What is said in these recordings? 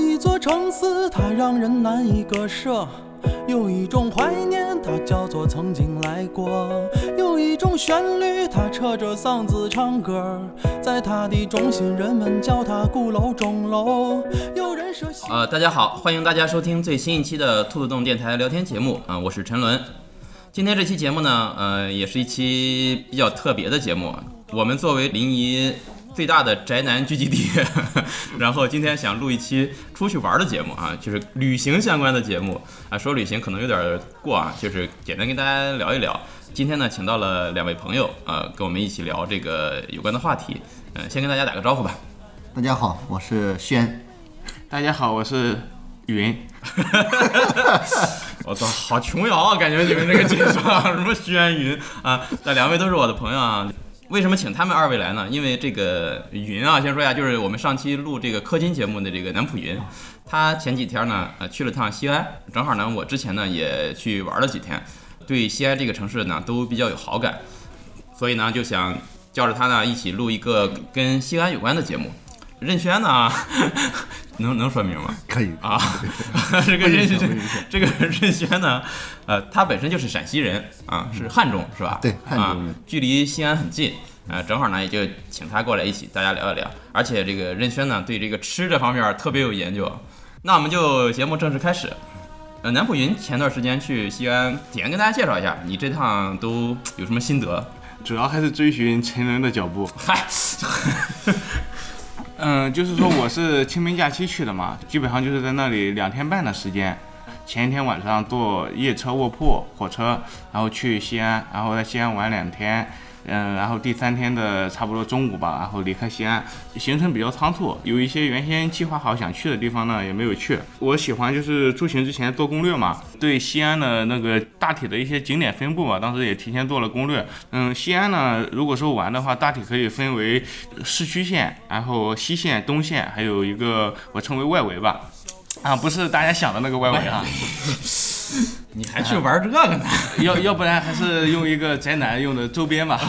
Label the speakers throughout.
Speaker 1: 一座城市，它让人难以割舍。有一种怀念，它叫做曾经来过；有一种旋律，它扯着嗓子唱歌。在它的中心，人们叫它鼓楼钟楼。有人说，
Speaker 2: 呃，大家好，欢迎大家收听最新一期的兔子洞电台聊天节目啊、我是陈伦。今天这期节目呢，呃，也是一期比较特别的节目。啊我们作为临沂最大的宅男聚集地， 然后今天想录一期出去玩的节目啊，就是旅行相关的节目啊。说旅行可能有点过啊，就是简单跟大家聊一聊。今天呢，请到了两位朋友，呃，跟我们一起聊这个有关的话题。呃，先跟大家打个招呼吧。
Speaker 3: 大家好，我是轩。
Speaker 4: 大家好，我是云。
Speaker 2: 我操，好琼瑶啊！感觉你们这个介绍啊，什么徐安云啊，那两位都是我的朋友啊。为什么请他们二位来呢？因为这个云啊，先说一下，就是我们上期录这个氪金节目的这个南浦云，他前几天呢，呃，去了趟西安，正好呢，我之前呢也去玩了几天，对西安这个城市呢都比较有好感，所以呢就想叫着他呢一起录一个跟西安有关的节目。任轩呢，能能说明吗？
Speaker 3: 可以
Speaker 2: 啊， 这个任
Speaker 3: 不影响
Speaker 2: 轩
Speaker 3: 不影响，
Speaker 2: 这个任轩呢，呃，他本身就是陕西人啊，是汉中是吧？
Speaker 3: 对汉中
Speaker 2: 啊
Speaker 3: 人，
Speaker 2: 距离西安很近，呃，正好呢也就请他过来一起大家聊一聊。而且这个任轩呢，对这个吃这方面儿特别有研究。那我们就节目正式开始。呃，南浦云前段时间去西安，简单跟大家介绍一下，你这趟都有什么心得？
Speaker 4: 主要还是追寻成人的脚步。
Speaker 2: 嗨，
Speaker 4: 嗯，就是说我是清明假期去的嘛，基本上就是在那里两天半的时间。前一天晚上坐夜车卧铺火车，然后去西安，然后在西安玩两天。嗯，然后第三天的差不多中午吧，然后离开西安，行程比较仓促，有一些原先计划好想去的地方呢也没有去。我喜欢就是出行之前做攻略嘛，对西安的那个大体的一些景点分布嘛，当时也提前做了攻略。嗯，西安呢，如果说玩的话，大体可以分为市区线，然后西线、东线，还有一个我称为外围吧。啊，不是大家想的那个外围啊，
Speaker 2: 你还去玩这个呢？
Speaker 4: 要要不然还是用一个宅男用的周边吧，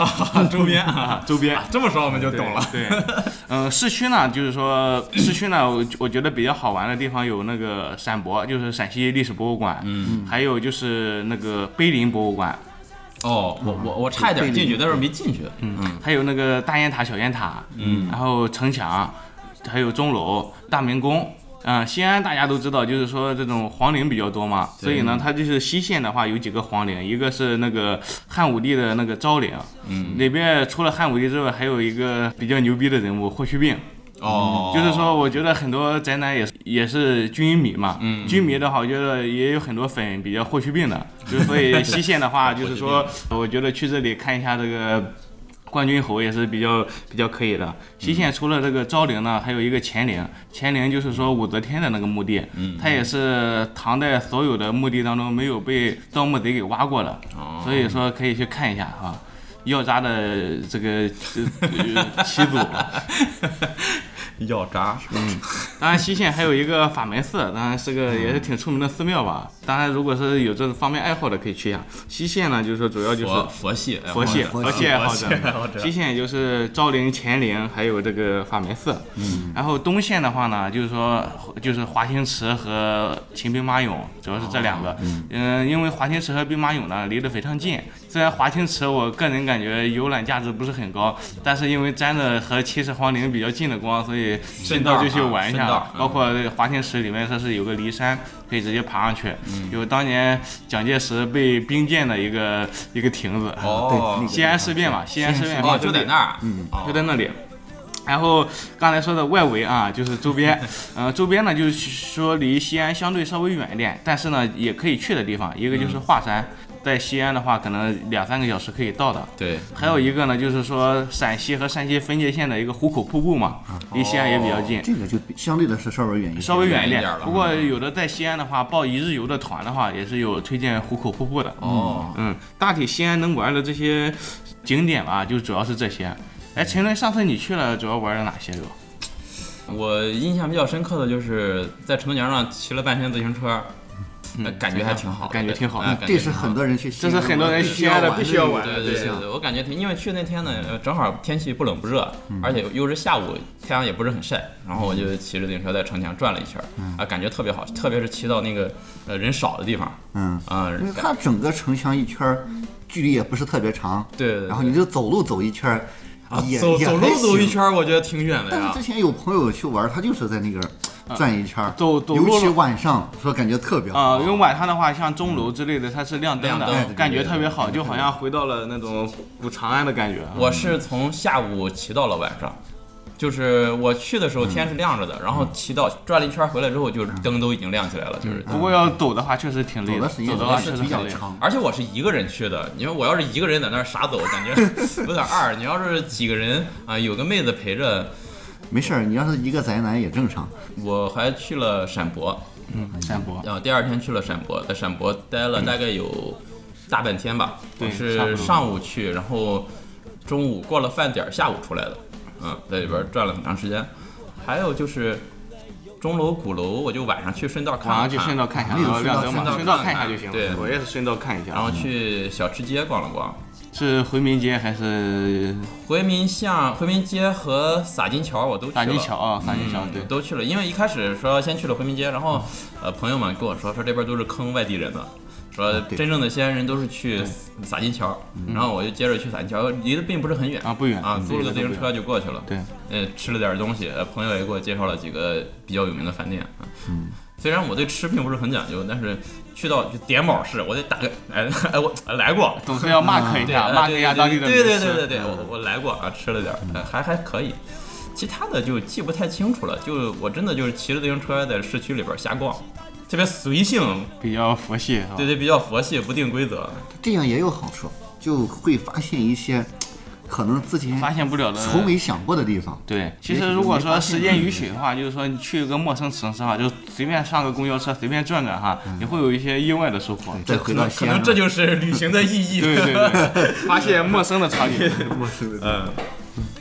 Speaker 2: 周边啊，
Speaker 4: 周边
Speaker 2: 啊这么说我们就
Speaker 4: 对
Speaker 2: 懂了。
Speaker 4: 对，嗯，市区呢，就是说市区呢，我我觉得比较好玩的地方有那个陕博，就是陕西历史博物馆，嗯，还有就是那个碑林博物馆，
Speaker 2: 哦，我我我差一点进去，但是没进去。嗯，
Speaker 4: 还有那个大雁塔、小雁塔，嗯，然后城墙，还有钟楼、大明宫。嗯，西安大家都知道，就是说这种皇陵比较多嘛，所以呢，它就是西线的话有几个皇陵，一个是那个汉武帝的那个昭陵，嗯，里边除了汉武帝之外，还有一个比较牛逼的人物霍去病，
Speaker 2: 哦，
Speaker 3: 嗯
Speaker 4: 就是说，我觉得很多宅男也是也是军迷嘛，军迷的话，我觉得也有很多粉比较霍去病的，就是所以西线的话，就是说，我觉得去这里看一下这个。冠军侯也是比较比较可以的。西线除了这个昭陵呢，还有一个乾陵，乾陵就是说武则天的那个墓地，它也是唐代所有的墓地当中没有被盗墓贼给挖过的，
Speaker 2: 哦
Speaker 4: 所以说可以去看一下哈、药渣的这个呃始祖。
Speaker 2: 要渣是吧？
Speaker 4: 当然，西县还有一个法门寺，当然是个也是挺出名的寺庙吧。当然，如果是有这方面爱好的，可以去一下。西县呢，就是说主要就是
Speaker 2: 佛佛系，
Speaker 4: 佛系
Speaker 2: 哎
Speaker 4: 佛系爱好者
Speaker 2: 佛系爱 好者，
Speaker 4: 西线也就是昭陵、乾陵，还有这个法门寺。嗯。然后东线的话呢，就是说就是华清池和秦兵马俑，主要是这两个。嗯，因为华清池和兵马俑呢离得非常近，虽然华清池我个人感觉游览价值不是很高，但是因为沾着和秦始皇陵比较近的光，所以顺道就去玩一
Speaker 2: 顺道
Speaker 4: 下
Speaker 2: 啊。
Speaker 4: 包括这个华清池里面它是有个骊山，可以直接爬上去，有当年蒋介石被兵建的一个一个亭子。
Speaker 2: 哦
Speaker 3: 对那个
Speaker 4: 西安事变嘛，西安事变的话
Speaker 2: 哦，就在那儿，嗯，
Speaker 4: 就在那里。然后刚才说的外围啊，就是周边，呃，周边呢就是说离西安相对稍微远一点，但是呢也可以去的地方，一个
Speaker 2: 嗯
Speaker 4: 就是华山，在西安的话可能两三个小时可以到的。
Speaker 2: 对，
Speaker 4: 还有一个呢，就是说陕西和山西分界线的一个壶口瀑布嘛，
Speaker 2: 啊
Speaker 4: 离西安也比较近。
Speaker 3: 这个就比相对的是稍微远一点，
Speaker 4: 稍微远一
Speaker 2: 哦远一点
Speaker 4: 点
Speaker 2: 了，
Speaker 4: 不过有的在西安的话，报一日游的团的话，也是有推荐壶口瀑布的。
Speaker 2: 哦，
Speaker 4: 嗯，大体西安能玩的这些景点吧，就主要是这些。哎，陈伦，上次你去了，主要玩了哪些个？
Speaker 2: 我印象比较深刻的就是在城墙上骑了半天自行车，呃感觉还挺好的，
Speaker 4: 感觉挺好的
Speaker 2: 啊感觉
Speaker 3: 嗯这是
Speaker 2: 挺好
Speaker 3: 很多人去西
Speaker 4: 这
Speaker 3: 安
Speaker 4: 是
Speaker 3: 玩，
Speaker 4: 很多人西安的必须要玩
Speaker 2: 对
Speaker 4: 的，
Speaker 2: 对对对，我感觉挺，因为去那天呢，呃正好天气不冷不热，而且又是下午，太阳也不是很晒，然后我就骑着自行车在城墙转了一圈儿，啊，感觉特别好，特别是骑到那个呃人少的地方，
Speaker 3: 嗯，
Speaker 2: 啊，
Speaker 3: 因为
Speaker 2: 感
Speaker 3: 它整个城墙一圈儿，距离也不是特别长，
Speaker 2: 对对对
Speaker 3: 然后你就走路走一圈儿，
Speaker 2: 啊
Speaker 3: 也
Speaker 2: 走
Speaker 3: 也
Speaker 2: 走
Speaker 3: 还
Speaker 2: 路走一
Speaker 3: 行
Speaker 2: 圈儿，我觉得挺远
Speaker 4: 啊
Speaker 2: 的
Speaker 3: 但
Speaker 2: 呀
Speaker 3: 是之，前有朋友去玩，他就是在那个转一圈儿，
Speaker 4: 啊走走路
Speaker 3: 尤其
Speaker 4: 了
Speaker 3: 晚上，说感觉特别好。
Speaker 4: 啊，因为晚上的话，像钟楼之类的，它是亮灯
Speaker 2: 亮
Speaker 4: 的
Speaker 2: 灯，
Speaker 4: 感觉特别好，就好像回到了那种古长安的感觉。啊
Speaker 2: 我是从下午骑到了晚上。就是我去的时候天是亮着的，然后骑到转了一圈儿回来之后，就是灯都已经亮起来了，就是
Speaker 4: 不过要走的话，确实挺累
Speaker 3: 走
Speaker 4: 的，
Speaker 3: 的时间
Speaker 4: 走的
Speaker 3: 主
Speaker 4: 话
Speaker 3: 要
Speaker 4: 确
Speaker 3: 是
Speaker 4: 实
Speaker 3: 比
Speaker 4: 很
Speaker 3: 较
Speaker 4: 累。
Speaker 3: 长，
Speaker 2: 而且我是一个人去的，因为我要是一个人在那儿傻走，感觉 有点二。你要是几个人啊、有个妹子陪着，
Speaker 3: 没事儿，你要是一个宅男也正常。
Speaker 2: 我还去了陕博，
Speaker 4: 嗯，山坡
Speaker 2: 然后第二天去了陕博，在陕博待了大概有大半天吧。
Speaker 4: 嗯对
Speaker 2: 我
Speaker 4: 差不
Speaker 2: 是
Speaker 4: 多
Speaker 2: 上午去，然后中午过了饭点儿，下午出来的。嗯，在里边转了很长时间。还有就是钟楼、鼓楼，我就晚上去顺道看
Speaker 4: 晚
Speaker 2: 了
Speaker 4: 上
Speaker 2: 看，
Speaker 4: 啊去顺道看一下，
Speaker 3: 嗯
Speaker 4: 然后亮灯嘛，
Speaker 2: 顺
Speaker 4: 顺
Speaker 2: 道
Speaker 4: 道
Speaker 2: 看
Speaker 4: 看一下就行
Speaker 2: 对
Speaker 4: 了。我也是顺道看一下。啊
Speaker 2: 然后去小吃街逛了逛。
Speaker 4: 是回民街还是
Speaker 2: 回民巷、回民街和洒金桥我都去了。
Speaker 4: 大金桥啊？大金桥
Speaker 2: 嗯
Speaker 4: 对。嗯
Speaker 2: 都去了，因为一开始说先去了回民街，然后呃朋友们跟我说说这边都是坑外地人的，
Speaker 4: 啊
Speaker 2: 说
Speaker 3: 对
Speaker 2: 真正的西安人都是去洒金桥，然后我就接着去洒金桥，离得并不是很远
Speaker 4: 嗯啊，不远
Speaker 2: 啊，租了个自行。
Speaker 4: 嗯
Speaker 2: 车就过去了，
Speaker 4: 对，
Speaker 2: 呃吃了点东西，呃朋友也给我介绍了几个比较有名的饭店啊，
Speaker 4: 嗯
Speaker 2: 虽然我对吃并不是很讲究，但是去到就点卯市，我得打个哎 哎我来过，
Speaker 4: 总是要 mark 一
Speaker 2: 对
Speaker 4: 下
Speaker 2: 啊
Speaker 4: ，mark
Speaker 2: 对
Speaker 4: 一下当地的
Speaker 2: 对对
Speaker 4: 美食
Speaker 2: 对对对，我我来过啊，吃了点儿，呃还还可以。其他的就记不太清楚了，就我真的就是骑着自行车在市区里边瞎逛，特别随性，
Speaker 4: 比较佛系啊。
Speaker 2: 对对，比较佛系，不定规则。
Speaker 3: 这样也有好处，就会发现一些可能之前
Speaker 4: 发现不了的
Speaker 3: 从没想过的地方。
Speaker 4: 对，其
Speaker 3: 也许
Speaker 4: 实
Speaker 3: 就
Speaker 4: 如果
Speaker 3: 没
Speaker 4: 说
Speaker 3: 发现
Speaker 4: 时间允许的话，就是说你去一个陌生城市哈，就随便上个公交车，随便转转哈，你会有一些意外的收获。
Speaker 3: 再回到
Speaker 2: 可
Speaker 3: 西安啊
Speaker 2: 能
Speaker 3: 了，
Speaker 2: 这就是旅行的意义。
Speaker 4: 啊 对对对，发现陌生的场景。
Speaker 3: 我是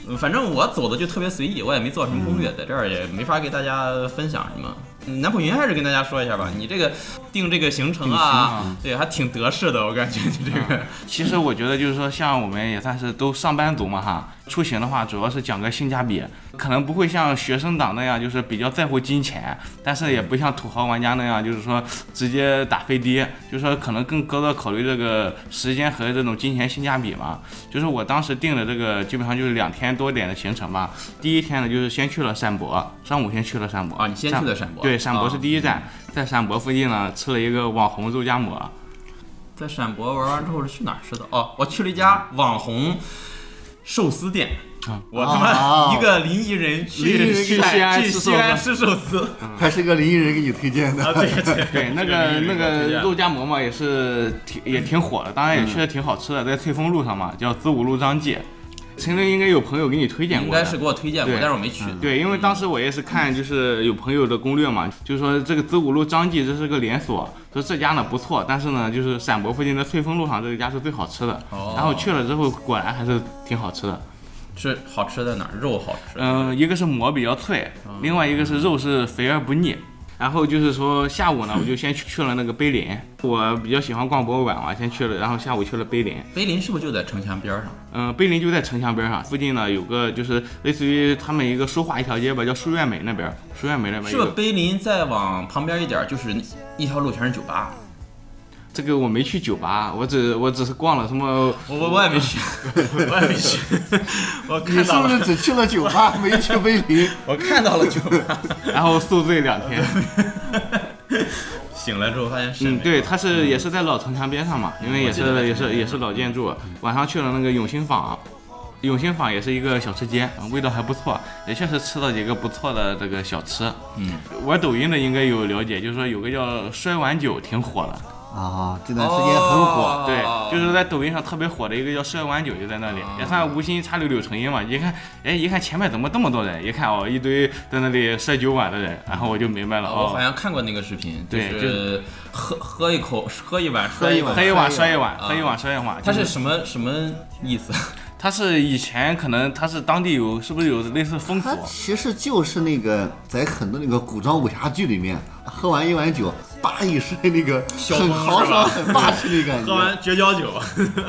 Speaker 2: 嗯反正我走的就特别随意，我也没做什么攻
Speaker 4: 嗯
Speaker 2: 略，在这儿也没法给大家分享什么。嗯南浦云还是跟大家说一下吧，你这个定这个行程啊，对，还挺得势的，我感觉你这个。
Speaker 4: 其实我觉得就是说，像我们也算是都上班族嘛哈，出行的话主要是讲个性价比，可能不会像学生党那样就是比较在乎金钱，但是也不像土豪玩家那样就是说直接打飞的，就是说可能更高的考虑这个时间和这种金钱性价比嘛。就是我当时定的这个基本上就是两天多点的行程吧。第一天呢就是先去了陕博，上午先去了陕博
Speaker 2: 啊你先去了陕博
Speaker 4: 对，陕博
Speaker 2: 啊
Speaker 4: 是第一站，在陕博附近呢吃了一个网红肉夹馍。
Speaker 2: 在陕博玩完之后是去哪儿吃的？哦，我去了一家网红寿司店。
Speaker 4: 嗯
Speaker 2: 我他妈
Speaker 3: 啊
Speaker 2: 一个临沂人去
Speaker 4: 哦临沂人
Speaker 2: 去
Speaker 4: 去西安
Speaker 2: 去
Speaker 4: 吃
Speaker 2: 西
Speaker 4: 寿
Speaker 2: 安吃
Speaker 4: 司
Speaker 2: 寿 司
Speaker 3: 还是个临沂人给你推荐
Speaker 2: 啊！
Speaker 3: 的。
Speaker 2: 对对
Speaker 4: 对，那个那个肉
Speaker 2: 肉
Speaker 4: 夹馍嘛，也是挺也挺火的，当然也
Speaker 2: 嗯
Speaker 4: 确实挺好吃的，在翠峰路上嘛，叫子午路张记。陈伦应该有朋友给你推荐
Speaker 2: 应
Speaker 4: 过的，
Speaker 2: 该是给我推荐过，
Speaker 4: 对嗯
Speaker 2: 但是我没去。
Speaker 4: 对，因为当时我也是看就是有朋友的攻略嘛，就是说这个子午路张记这是个连锁，说这家呢不错，但是呢就是陕博附近的翠峰路上这个家是最好吃的。
Speaker 2: 哦
Speaker 4: 然后去了之后果然还是挺好吃的。
Speaker 2: 是好吃在哪儿？肉好吃。
Speaker 4: 嗯、一个是馍比较脆，另外一个是肉是肥而不腻。然后就是说下午呢，我就先去去了那个碑林，我比较喜欢逛博物馆嘛，先去了，然后下午去了碑林。
Speaker 2: 碑林是不是就在城墙边上？
Speaker 4: 嗯、碑林就在城墙边上，附近呢有个就是类似于他们一个书画一条街吧，叫书院美那边，书院美那边
Speaker 2: 是
Speaker 4: 有
Speaker 2: 不
Speaker 4: 个
Speaker 2: 是碑林再往旁边一点就是一条路全是酒 吧？
Speaker 4: 这个我没去酒吧，我只我只是逛了什么。
Speaker 2: 我我我也没 去，我也没去，我
Speaker 3: 你
Speaker 2: 看
Speaker 3: 是
Speaker 2: 到
Speaker 3: 不
Speaker 2: 了
Speaker 3: 是，只去了酒吧，没去碑林？
Speaker 2: 我看到了酒吧。
Speaker 4: 然后宿醉两天。
Speaker 2: 醒来之后发现是
Speaker 4: 嗯，对，它是也是在老城墙边上嘛，因为也是也是也是老建筑。啊晚上去了那个永兴坊，永兴坊也是一个小吃街，嗯味道还不错，也确实吃到几个不错的这个小吃。
Speaker 2: 嗯，
Speaker 4: 玩抖音的应该有了解，就是说有个叫摔碗酒挺火的，
Speaker 3: 啊，这段时间很
Speaker 2: 哦
Speaker 3: 火。
Speaker 4: 对，就是在抖音上特别火的一个叫摔碗酒就在那
Speaker 2: 哦
Speaker 4: 里，也算无心插柳柳成荫嘛。一看，哎，一看前面怎么这么多人？一看哦，一堆在那里摔酒碗的人，然后我就明白了
Speaker 2: 我好
Speaker 4: 哦。
Speaker 2: 像看过那个视频，就
Speaker 4: 对就是
Speaker 2: 喝喝一口，喝一碗，摔
Speaker 3: 喝一碗
Speaker 4: 喝一碗摔
Speaker 3: 摔
Speaker 4: 一
Speaker 3: 一
Speaker 4: 碗，
Speaker 2: 啊
Speaker 4: 喝一碗摔一碗，
Speaker 2: 它
Speaker 4: 就是
Speaker 2: 什么什么意思？
Speaker 4: 他是以前可能他是当地 有是不是有类似风俗啊
Speaker 3: 它？其实就是那个在很多那个古装武侠剧里面，喝完一碗酒，叭一身那个
Speaker 2: 小
Speaker 3: 很
Speaker 2: 风
Speaker 3: 豪
Speaker 2: 是吧
Speaker 3: 爽、很霸气的感
Speaker 2: 喝
Speaker 3: 觉。
Speaker 2: 完绝交酒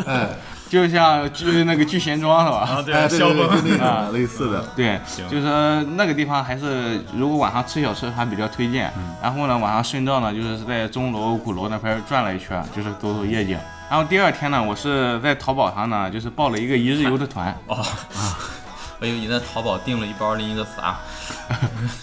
Speaker 3: 哎，
Speaker 4: 就像就是那个聚贤庄是吧？
Speaker 2: 啊，对
Speaker 3: 哎，，对
Speaker 2: 萧
Speaker 3: 对对，
Speaker 2: 峰
Speaker 3: 就那
Speaker 4: 啊
Speaker 3: 种类似的。
Speaker 4: 对，就是说那个地方还是如果晚上吃小吃的话比较推荐。
Speaker 2: 嗯
Speaker 4: 然后呢，晚上顺道呢就是在钟楼、鼓楼那边转了一圈，就是走走夜景。然后第二天呢，我是在淘宝上呢就是报了一个一日游的团，
Speaker 2: 哦。我以为你在淘宝订了一包临沂的撒，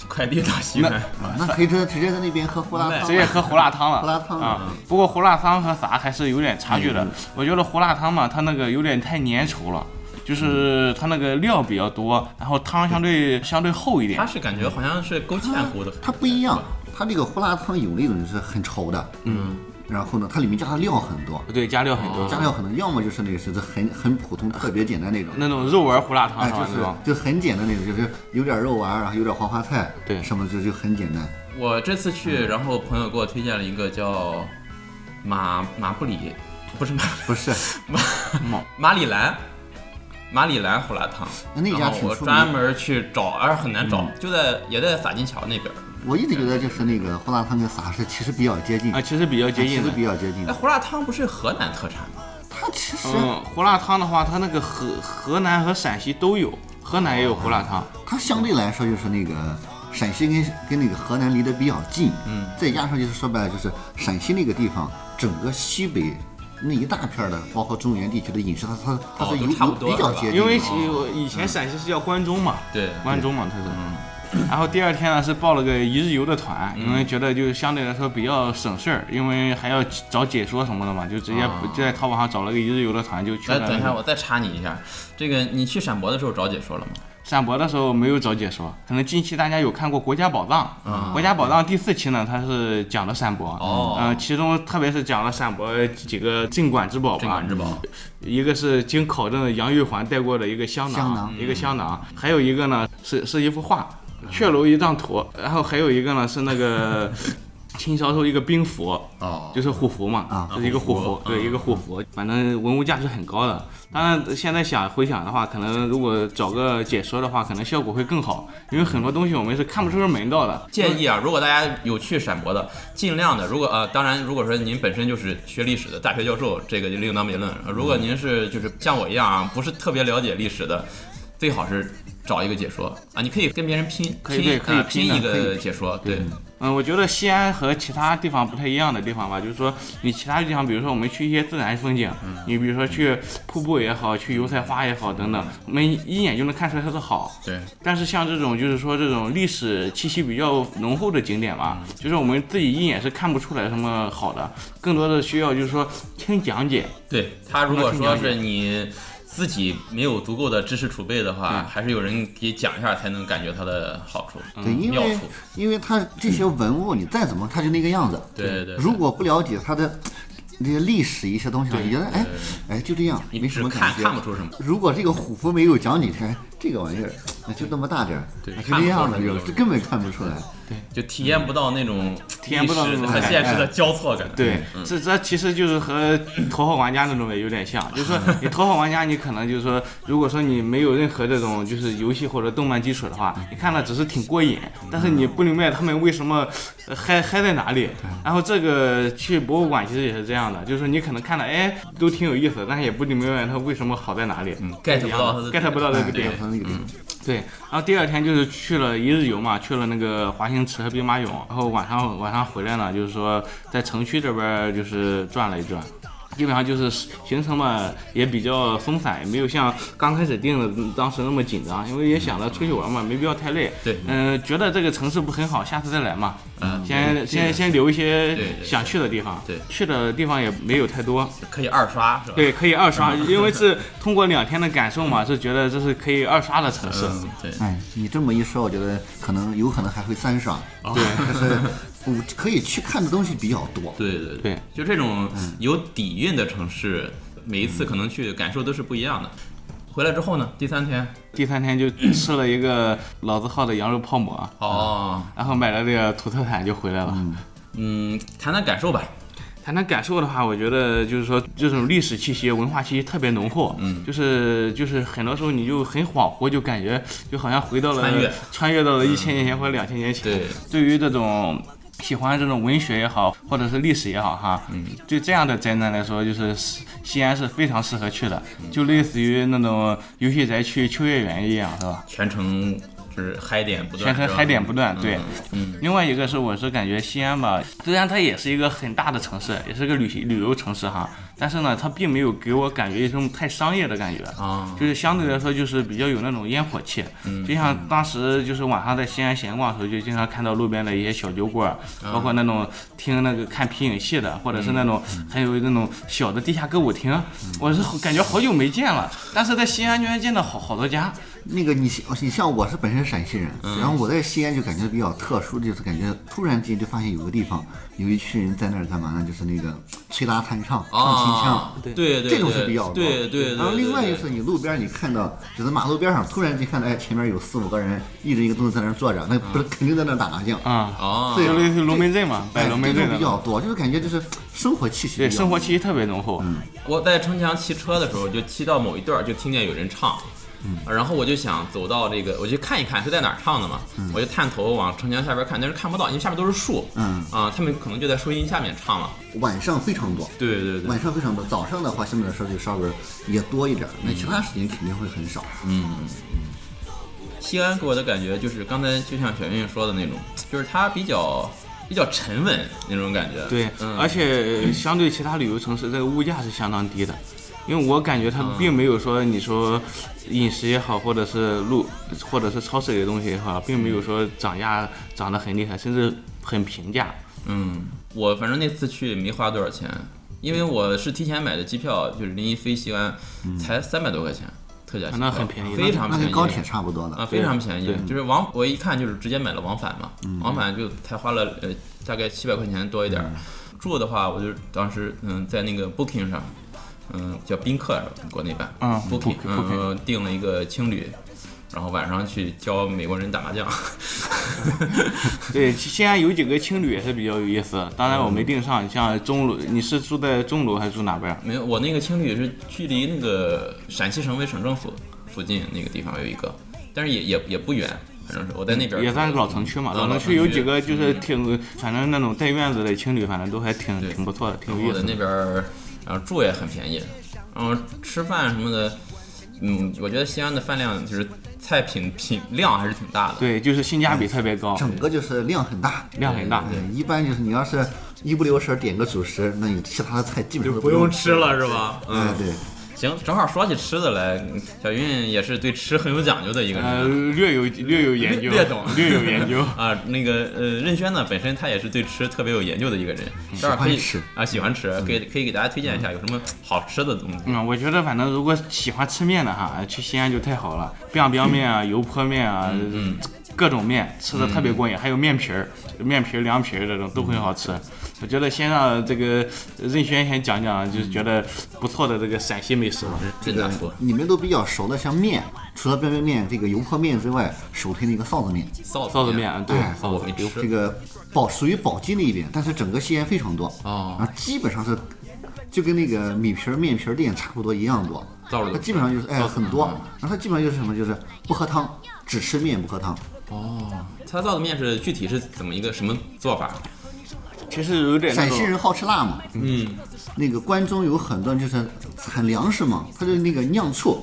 Speaker 2: 快递到西安。
Speaker 3: 啊那可以直接直接在那边喝胡辣汤
Speaker 2: 那
Speaker 3: 了，
Speaker 4: 直接喝胡辣汤 了。
Speaker 3: 胡辣汤
Speaker 4: 啊，不过胡辣汤和啥还是有点差距的
Speaker 3: 嗯。
Speaker 4: 我觉得胡辣汤嘛，它那个有点太粘稠了。就是
Speaker 3: 嗯
Speaker 4: 它那个料比较多，然后汤相对相对厚一点
Speaker 2: 他。是感觉好像是勾芡糊的，
Speaker 3: 它不一样，它这个胡辣汤有那种是很稠的，嗯，然后呢，它里面加的料很多，
Speaker 4: 对，加料很多，
Speaker 3: 加料很多，要么就是那个是很很普通、特别简单那种，
Speaker 4: 那种肉丸胡辣汤
Speaker 3: 哎，
Speaker 4: 是
Speaker 3: 就
Speaker 4: 吧？那种
Speaker 3: 是就很简单那种，就是有点肉丸，然后有点黄花菜，
Speaker 4: 对
Speaker 3: 什么就就很简单。
Speaker 2: 我这次去，然后朋友给我推荐了一个叫马马布里，不是马
Speaker 3: 不是，
Speaker 2: 马
Speaker 4: 马
Speaker 2: 哦马里兰，马里兰胡辣汤。
Speaker 3: 那家
Speaker 2: 然后
Speaker 3: 挺
Speaker 2: 我
Speaker 3: 出
Speaker 2: 专
Speaker 3: 名嗯
Speaker 2: 门去找，而很难找，就在也在洒金桥那边。
Speaker 3: 我一直觉得就是那个胡辣汤跟撒是其实比较接近，
Speaker 4: 啊，其实比较接
Speaker 3: 其
Speaker 4: 近
Speaker 3: 实
Speaker 4: 的。
Speaker 3: 比较接近
Speaker 2: 哎，。胡辣汤不是河南特产吗？
Speaker 3: 它其实
Speaker 4: 嗯，胡辣汤的话，它那个河河南和陕西都有，河南也有胡辣汤。
Speaker 3: 它相对来说就是那个陕西跟跟那个河南离得比较近，嗯，再加上就是说白了就是陕西那个地方，整个西北那一大片儿的，包括中原地区的饮食，它它它
Speaker 2: 哦
Speaker 3: 是
Speaker 2: 都
Speaker 3: 有
Speaker 2: 差
Speaker 3: 有
Speaker 2: 不多
Speaker 3: 比较
Speaker 2: 是吧
Speaker 3: 接近
Speaker 4: 因为
Speaker 3: 的
Speaker 4: 其以前陕西是叫关中嘛，
Speaker 2: 对
Speaker 4: 关中嘛，它是。然后第二天呢是报了个一日游的团，
Speaker 2: 嗯
Speaker 4: 因为觉得就是相对来说比较省事儿，因为还要找解说什么的嘛，就直接
Speaker 2: 啊
Speaker 4: 就在淘宝上找了个一日游的团就去
Speaker 2: 哎，
Speaker 4: 了。
Speaker 2: 等一下，我再插你一下，这个你去陕博的时候找姐说了吗？
Speaker 4: 陕博的时候没有找解说，可能近期大家有看过《国家宝藏》国家宝藏》第四期呢，它是讲了陕博，
Speaker 2: 啊哦
Speaker 4: 呃，其中特别是讲了陕博几个镇馆之宝吧，
Speaker 2: 镇馆之宝，
Speaker 4: 一个是经考证的杨玉环带过的一个香囊，
Speaker 3: 香囊嗯
Speaker 4: 一个香囊，还有一个呢是是一幅画，雀楼一张图，然后还有一个呢是 那个秦韶州一个兵符，
Speaker 2: 哦
Speaker 4: 就是虎符嘛，
Speaker 3: 啊
Speaker 4: 就是一个虎
Speaker 2: 虎
Speaker 4: 符
Speaker 2: 符，
Speaker 4: 对，一个虎符，反正文物价值很高的。当然，现在想回想的话，可能如果找个解说的话，可能效果会更好，因为很多东西我们是看不出门道的。
Speaker 2: 建议啊，如果大家有去陕博的，尽量的，如果呃，当然，如果说您本身就是学历史的大学教授，这个就另当别论。如果您是就是像我一样啊，不是特别了解历史的，最好是找一个解说啊，你可以跟别人拼，
Speaker 4: 可以
Speaker 2: 拼
Speaker 4: 对可以
Speaker 2: 呃
Speaker 4: 拼
Speaker 2: 拼一
Speaker 4: 的可
Speaker 2: 个解说，对，
Speaker 4: 嗯，我觉得西安和其他地方不太一样的地方吧，就是说你其他地方，比如说我们去一些自然风景，你比如说去瀑布也好，去油菜花也好等等，我们一眼就能看出来它的好。
Speaker 2: 对，
Speaker 4: 但是像这种就是说这种历史气息比较浓厚的景点吧，就是我们自己一眼是看不出来什么好的，更多的需要就是说听讲解。
Speaker 2: 对他如果说是你自己没有足够的知识储备的话，还是有人给讲一下才能感觉它的好处、嗯
Speaker 3: 对，因
Speaker 2: 妙
Speaker 3: 为
Speaker 2: 处。
Speaker 3: 因为它这些文物你再怎么它就那个样子，
Speaker 2: 对对对
Speaker 3: 如果不了解它的那些历史一些东西啊，你觉得哎哎就这样，
Speaker 2: 你
Speaker 3: 没什么
Speaker 2: 只看
Speaker 3: 感觉，
Speaker 2: 看不出什么
Speaker 3: 如果这个虎符没有讲几天，这个玩意儿哎就那么大点儿，
Speaker 2: 对
Speaker 3: 哎就这样的，
Speaker 2: 看不出
Speaker 3: 就
Speaker 2: 来
Speaker 3: 就根本看不出来。
Speaker 2: 就体验不到那种
Speaker 4: 嗯体验不到
Speaker 2: 历史
Speaker 4: 那种
Speaker 2: 和
Speaker 4: 感
Speaker 2: 现实的嗯交错感。
Speaker 4: 对，这这其实就是和头号玩家那种也有点像，就是说你头号玩家，你可能就是说，如果说你没有任何这种就是游戏或者动漫基础的话，你看了只是挺过瘾，但是你不明白他们为什么呃嗨嗨在哪里。然后这个去博物馆其实也是这样的，就是说你可能看了哎都挺有意思，但是也不明白它为什么好在哪里。
Speaker 2: 嗯，get 不到它的嗯
Speaker 4: get 不到这个
Speaker 2: 对
Speaker 4: 点
Speaker 3: 哎，它那个
Speaker 4: 对，然后第二天就是去了一日游嘛，去了那个华清池和兵马俑，然后晚上晚上回来呢，就是说在城区这边儿就是转了一转。基本上就是行程嘛，也比较松散，也没有像刚开始定的当时那么紧张，因为也想着出去玩嘛，没必要太累。
Speaker 2: 对
Speaker 4: 嗯、觉得这个城市不很好，下次再来嘛。
Speaker 2: 嗯
Speaker 4: 先先先留一些
Speaker 2: 对对
Speaker 4: 想去的地方。
Speaker 2: 对
Speaker 4: 去的地方也没有太多。
Speaker 2: 可以二刷是吧？
Speaker 4: 对，可以二刷，因为是通过两天的感受嘛，是觉得这是可以二刷的城市。
Speaker 2: 嗯，对，
Speaker 3: 哎，你这么一说，我觉得可能有可能还会三刷，对，就是我可以去看的东西比较多。
Speaker 2: 对对
Speaker 4: 对，
Speaker 2: 就这种有底蕴的城市，每一次可能去感受都是不一样的。回来之后呢，第三天
Speaker 4: 第三天就吃了一个老字号的羊肉泡馍，
Speaker 2: 哦，
Speaker 4: 然后买了这个土特产就回来了。
Speaker 2: 嗯，谈谈感受吧。
Speaker 4: 谈谈感受的话，我觉得就是说这种历史气息、文化气息特别浓厚，嗯，就是就是很多时候你就很恍惚，就感觉就好像回到了
Speaker 2: 穿越
Speaker 4: 穿越到了一千年前或者两千年前。
Speaker 2: 对，
Speaker 4: 对于这种。喜欢这种文学也好，或者是历史也好，哈，嗯，对这样的宅男来说，就是西西安是非常适合去的，
Speaker 2: 嗯
Speaker 4: 就类似于那种游戏宅去秋叶原一样，是吧？
Speaker 2: 全程就是嗨点不断，
Speaker 4: 全程
Speaker 2: 是吧
Speaker 4: 嗨点不断，对。
Speaker 2: 嗯，
Speaker 4: 另外一个是，我是感觉西安吧，虽然它也是一个很大的城市，也是个旅行旅游城市哈，但是呢，它并没有给我感觉一种太商业的感觉
Speaker 2: 啊嗯
Speaker 4: 就是相对来说就是比较有那种烟火气。就像当时就是晚上在西安闲逛的时候，就经常看到路边的一些小酒馆，
Speaker 2: 啊
Speaker 4: 包括那种听那个看皮影戏的，或者是
Speaker 2: 嗯
Speaker 4: 那种还有那种小的地下歌舞厅，我是好感觉好久没见了，但是在西安居然见到好好多家。
Speaker 3: 那个你你像我是本身陕西人，然后我在西安就感觉比较特殊，就是感觉突然间就发现有个地方有一群人在那儿干嘛呢？就是那个吹拉弹唱、唱秦腔
Speaker 2: 啊，，对对对，
Speaker 3: 这种是比较多。
Speaker 2: 对对对。
Speaker 3: 然后另外
Speaker 2: 对
Speaker 3: 就是你路边你看到，就是马路边上突然间看到，哎，前面有四五个人一人一个凳子在那儿坐着，那不是肯定在那儿打麻将。
Speaker 4: 啊、
Speaker 2: 哦，
Speaker 3: 对
Speaker 4: 就类似于龙门阵嘛，摆
Speaker 3: 哎，
Speaker 4: 龙门
Speaker 3: 这
Speaker 4: 阵
Speaker 3: 种
Speaker 4: 的
Speaker 3: 比。较多，就是感觉就是生活气息
Speaker 4: 对，
Speaker 3: 比较
Speaker 4: 生活
Speaker 3: 浓
Speaker 4: 气息特别浓厚。
Speaker 2: 我在城墙骑车的时候，就骑到某一段儿，就听见有人唱，然后我就想走到这个，我去看一看是在哪儿唱的嘛，我就探头往城墙下边看，但是看不到，因为下面都是树，
Speaker 3: 嗯
Speaker 2: 啊，他们可能就在树荫下面唱了，
Speaker 3: 晚上非常多。
Speaker 2: 对对对
Speaker 3: 晚，上非常多，早上的话相对来说就稍微也多一点儿，那其他时间肯定会很少。
Speaker 2: 西安给我的感觉就是刚才就像小云说的那种，就是它比较比较沉稳那种感觉，
Speaker 4: 对，
Speaker 2: 嗯，
Speaker 4: 而且相对其他旅游城市，这个物价是相当低的，因为我感觉它并没有说你说饮食也好，或者是路，或者是超市里的东西也好，并没有说涨价涨得很厉害，甚至很平价。
Speaker 2: 嗯，我反正那次去没花多少钱，因为我是提前买的机票，就是临沂飞西安，才三百多块钱，特价机票，
Speaker 4: 那很便宜
Speaker 2: 非常
Speaker 3: 那
Speaker 2: 便宜，
Speaker 3: 跟高铁差不多
Speaker 2: 啊，
Speaker 3: 了。
Speaker 2: 非常便宜
Speaker 4: 对，嗯
Speaker 2: 就是往我一看就是直接买了往返嘛，往返就才花了呃大概七百块钱多一点儿。
Speaker 4: 嗯
Speaker 2: 住的话，我就当时嗯在那个 Booking 上，嗯叫宾客是吧国内版，
Speaker 4: 嗯
Speaker 2: Booking，
Speaker 4: Booking，Booking
Speaker 2: 嗯订了一个青旅，然后晚上去教美国人打麻 将，
Speaker 4: 对，其西安有几个青旅也是比较有意思的，当然我没订上，像钟楼，你是住在钟楼还是住哪边儿？
Speaker 2: 没有我那个青旅是距离那个陕西省委省政府附近那个地方有一个，但是也也也不远，反正是我在那边
Speaker 4: 也算是
Speaker 2: 住
Speaker 4: 老城区嘛，
Speaker 2: 嗯
Speaker 4: 老城区有几个就是挺，反正那种带院子的青旅，反正都还挺
Speaker 2: 对
Speaker 4: 挺不错的，挺
Speaker 2: 然
Speaker 4: 有
Speaker 2: 后
Speaker 4: 意
Speaker 2: 的
Speaker 4: 思
Speaker 2: 那
Speaker 4: 的。
Speaker 2: 边儿，然后住也很便宜，然后吃饭什么的，嗯，我觉得西安的饭量就是菜品品量还是挺大的。
Speaker 4: 对，就是性价比特别高，
Speaker 3: 整个就是量很大，
Speaker 4: 量很大。
Speaker 3: 嗯一般就是你要是一不留神点个主食，那你其他的菜基本上都吃。
Speaker 2: 了是吧？
Speaker 3: 哎，
Speaker 2: 嗯，
Speaker 3: 对，
Speaker 2: 行，正好说起吃的来，小云也是对吃很有讲究的一个人
Speaker 4: 呃，略有略有研究，
Speaker 2: 略略懂
Speaker 4: 略有研究。
Speaker 2: 啊。那个呃，任轩呢，本身他也是对吃特别有研究的一个人，
Speaker 4: 嗯
Speaker 2: 正好可以
Speaker 3: 喜欢吃
Speaker 2: 啊，喜欢吃，可以可以给大家推荐一下有什么好吃的东西。
Speaker 4: 嗯，我觉得反正如果喜欢吃面的哈，呃去西安就太好了，biang biang 面啊，油泼面啊，
Speaker 2: 嗯
Speaker 4: 各种面吃的特别过瘾，还有面皮儿、面皮儿、凉皮儿这种都很好
Speaker 2: 嗯
Speaker 4: 吃。我觉得先让这个任轩先讲讲，就是觉得不错的这个陕西美食吧。
Speaker 2: 这咋说？
Speaker 3: 你们都比较熟的，像面，除了便便面这个油泼面之外，首推那个臊子面，
Speaker 2: 臊
Speaker 4: 臊子面，啊，对，
Speaker 3: 哎
Speaker 2: 臊我没吃
Speaker 3: 这个宝属于宝鸡那一边，但是整个西安非常多，
Speaker 2: 哦
Speaker 3: 然后基本上是就跟那个米皮儿、面皮儿店差不多一样多，
Speaker 2: 道路都
Speaker 3: 它基本上就是哎很多，然后它基本上就是什么，就是不喝汤，只吃面不喝汤，
Speaker 2: 哦，他臊子面是具体是怎么一个什么做法？
Speaker 4: 其实有点那
Speaker 3: 陕
Speaker 4: 种
Speaker 3: 西人好吃辣嘛，嗯，那个关中有很多就是产粮食嘛，他就那个酿醋，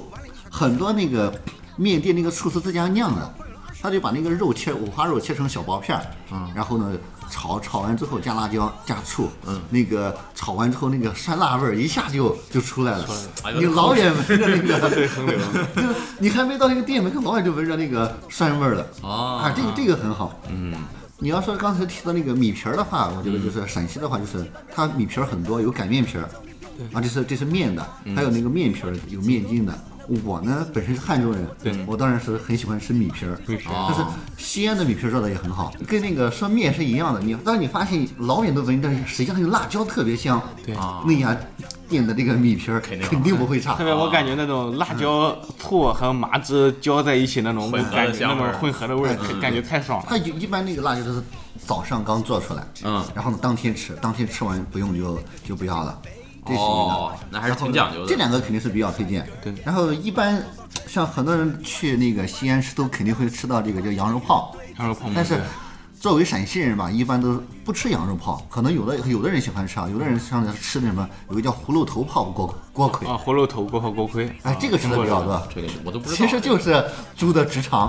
Speaker 3: 很多那个面店那个醋是自家酿的，他就把那个肉切五花肉切成小薄片儿，嗯然后呢炒炒完之后加辣椒加醋，嗯，那个炒完之后那个酸辣味儿一下就就出来了，
Speaker 2: 哎呦
Speaker 3: 你老远闻着那 个
Speaker 4: 对横流。
Speaker 3: 你还没到那个店门口，老远就闻着那个酸味儿了。
Speaker 2: 哦
Speaker 3: 啊，这个这个很好。嗯，你要说刚才提到那个米皮儿的话，我觉得就是陕西的话，就是它米皮儿很多，有擀面皮儿，啊，这是这是面的，还有那个面皮儿有面筋的。我呢本身是汉中人，对，我当然是很喜欢吃米皮儿，但是西安的米皮儿做的也很好，跟那个说面是一样的。你当你发现老远都闻着，谁家有辣椒特别香，对，那家店的这个米皮儿
Speaker 2: 肯定好
Speaker 3: 肯定不啊会差
Speaker 4: 特。别我感觉那种辣椒、醋和麻汁浇在一起那种，我
Speaker 2: 嗯混合的
Speaker 4: 感觉那
Speaker 2: 香味儿嗯
Speaker 4: 种混合的味儿，感觉太爽了。
Speaker 3: 它一一般那个辣椒都是早上刚做出来，
Speaker 2: 嗯，
Speaker 3: 然后呢当天吃，当天吃完不用就就不要了，这是一个。
Speaker 2: 哦，那还是挺讲究的。
Speaker 3: 这两个肯定是比较推荐。
Speaker 4: 对
Speaker 3: 然后一般像很多人去那个西安吃，都肯定会吃到这个叫羊肉泡，
Speaker 2: 嗯
Speaker 4: 羊肉泡馍
Speaker 3: 但是
Speaker 4: 对
Speaker 3: 作为陕西人吧，一般都不吃羊肉泡，可能有的有的人喜欢吃啊，有的人像吃那什么，有个叫葫芦头泡锅锅盔，
Speaker 2: 哦
Speaker 4: 啊，葫芦头锅和锅盔，
Speaker 3: 哎，这个吃的比较多，
Speaker 2: 啊这个我都不知道。
Speaker 3: 其实就是猪的直肠，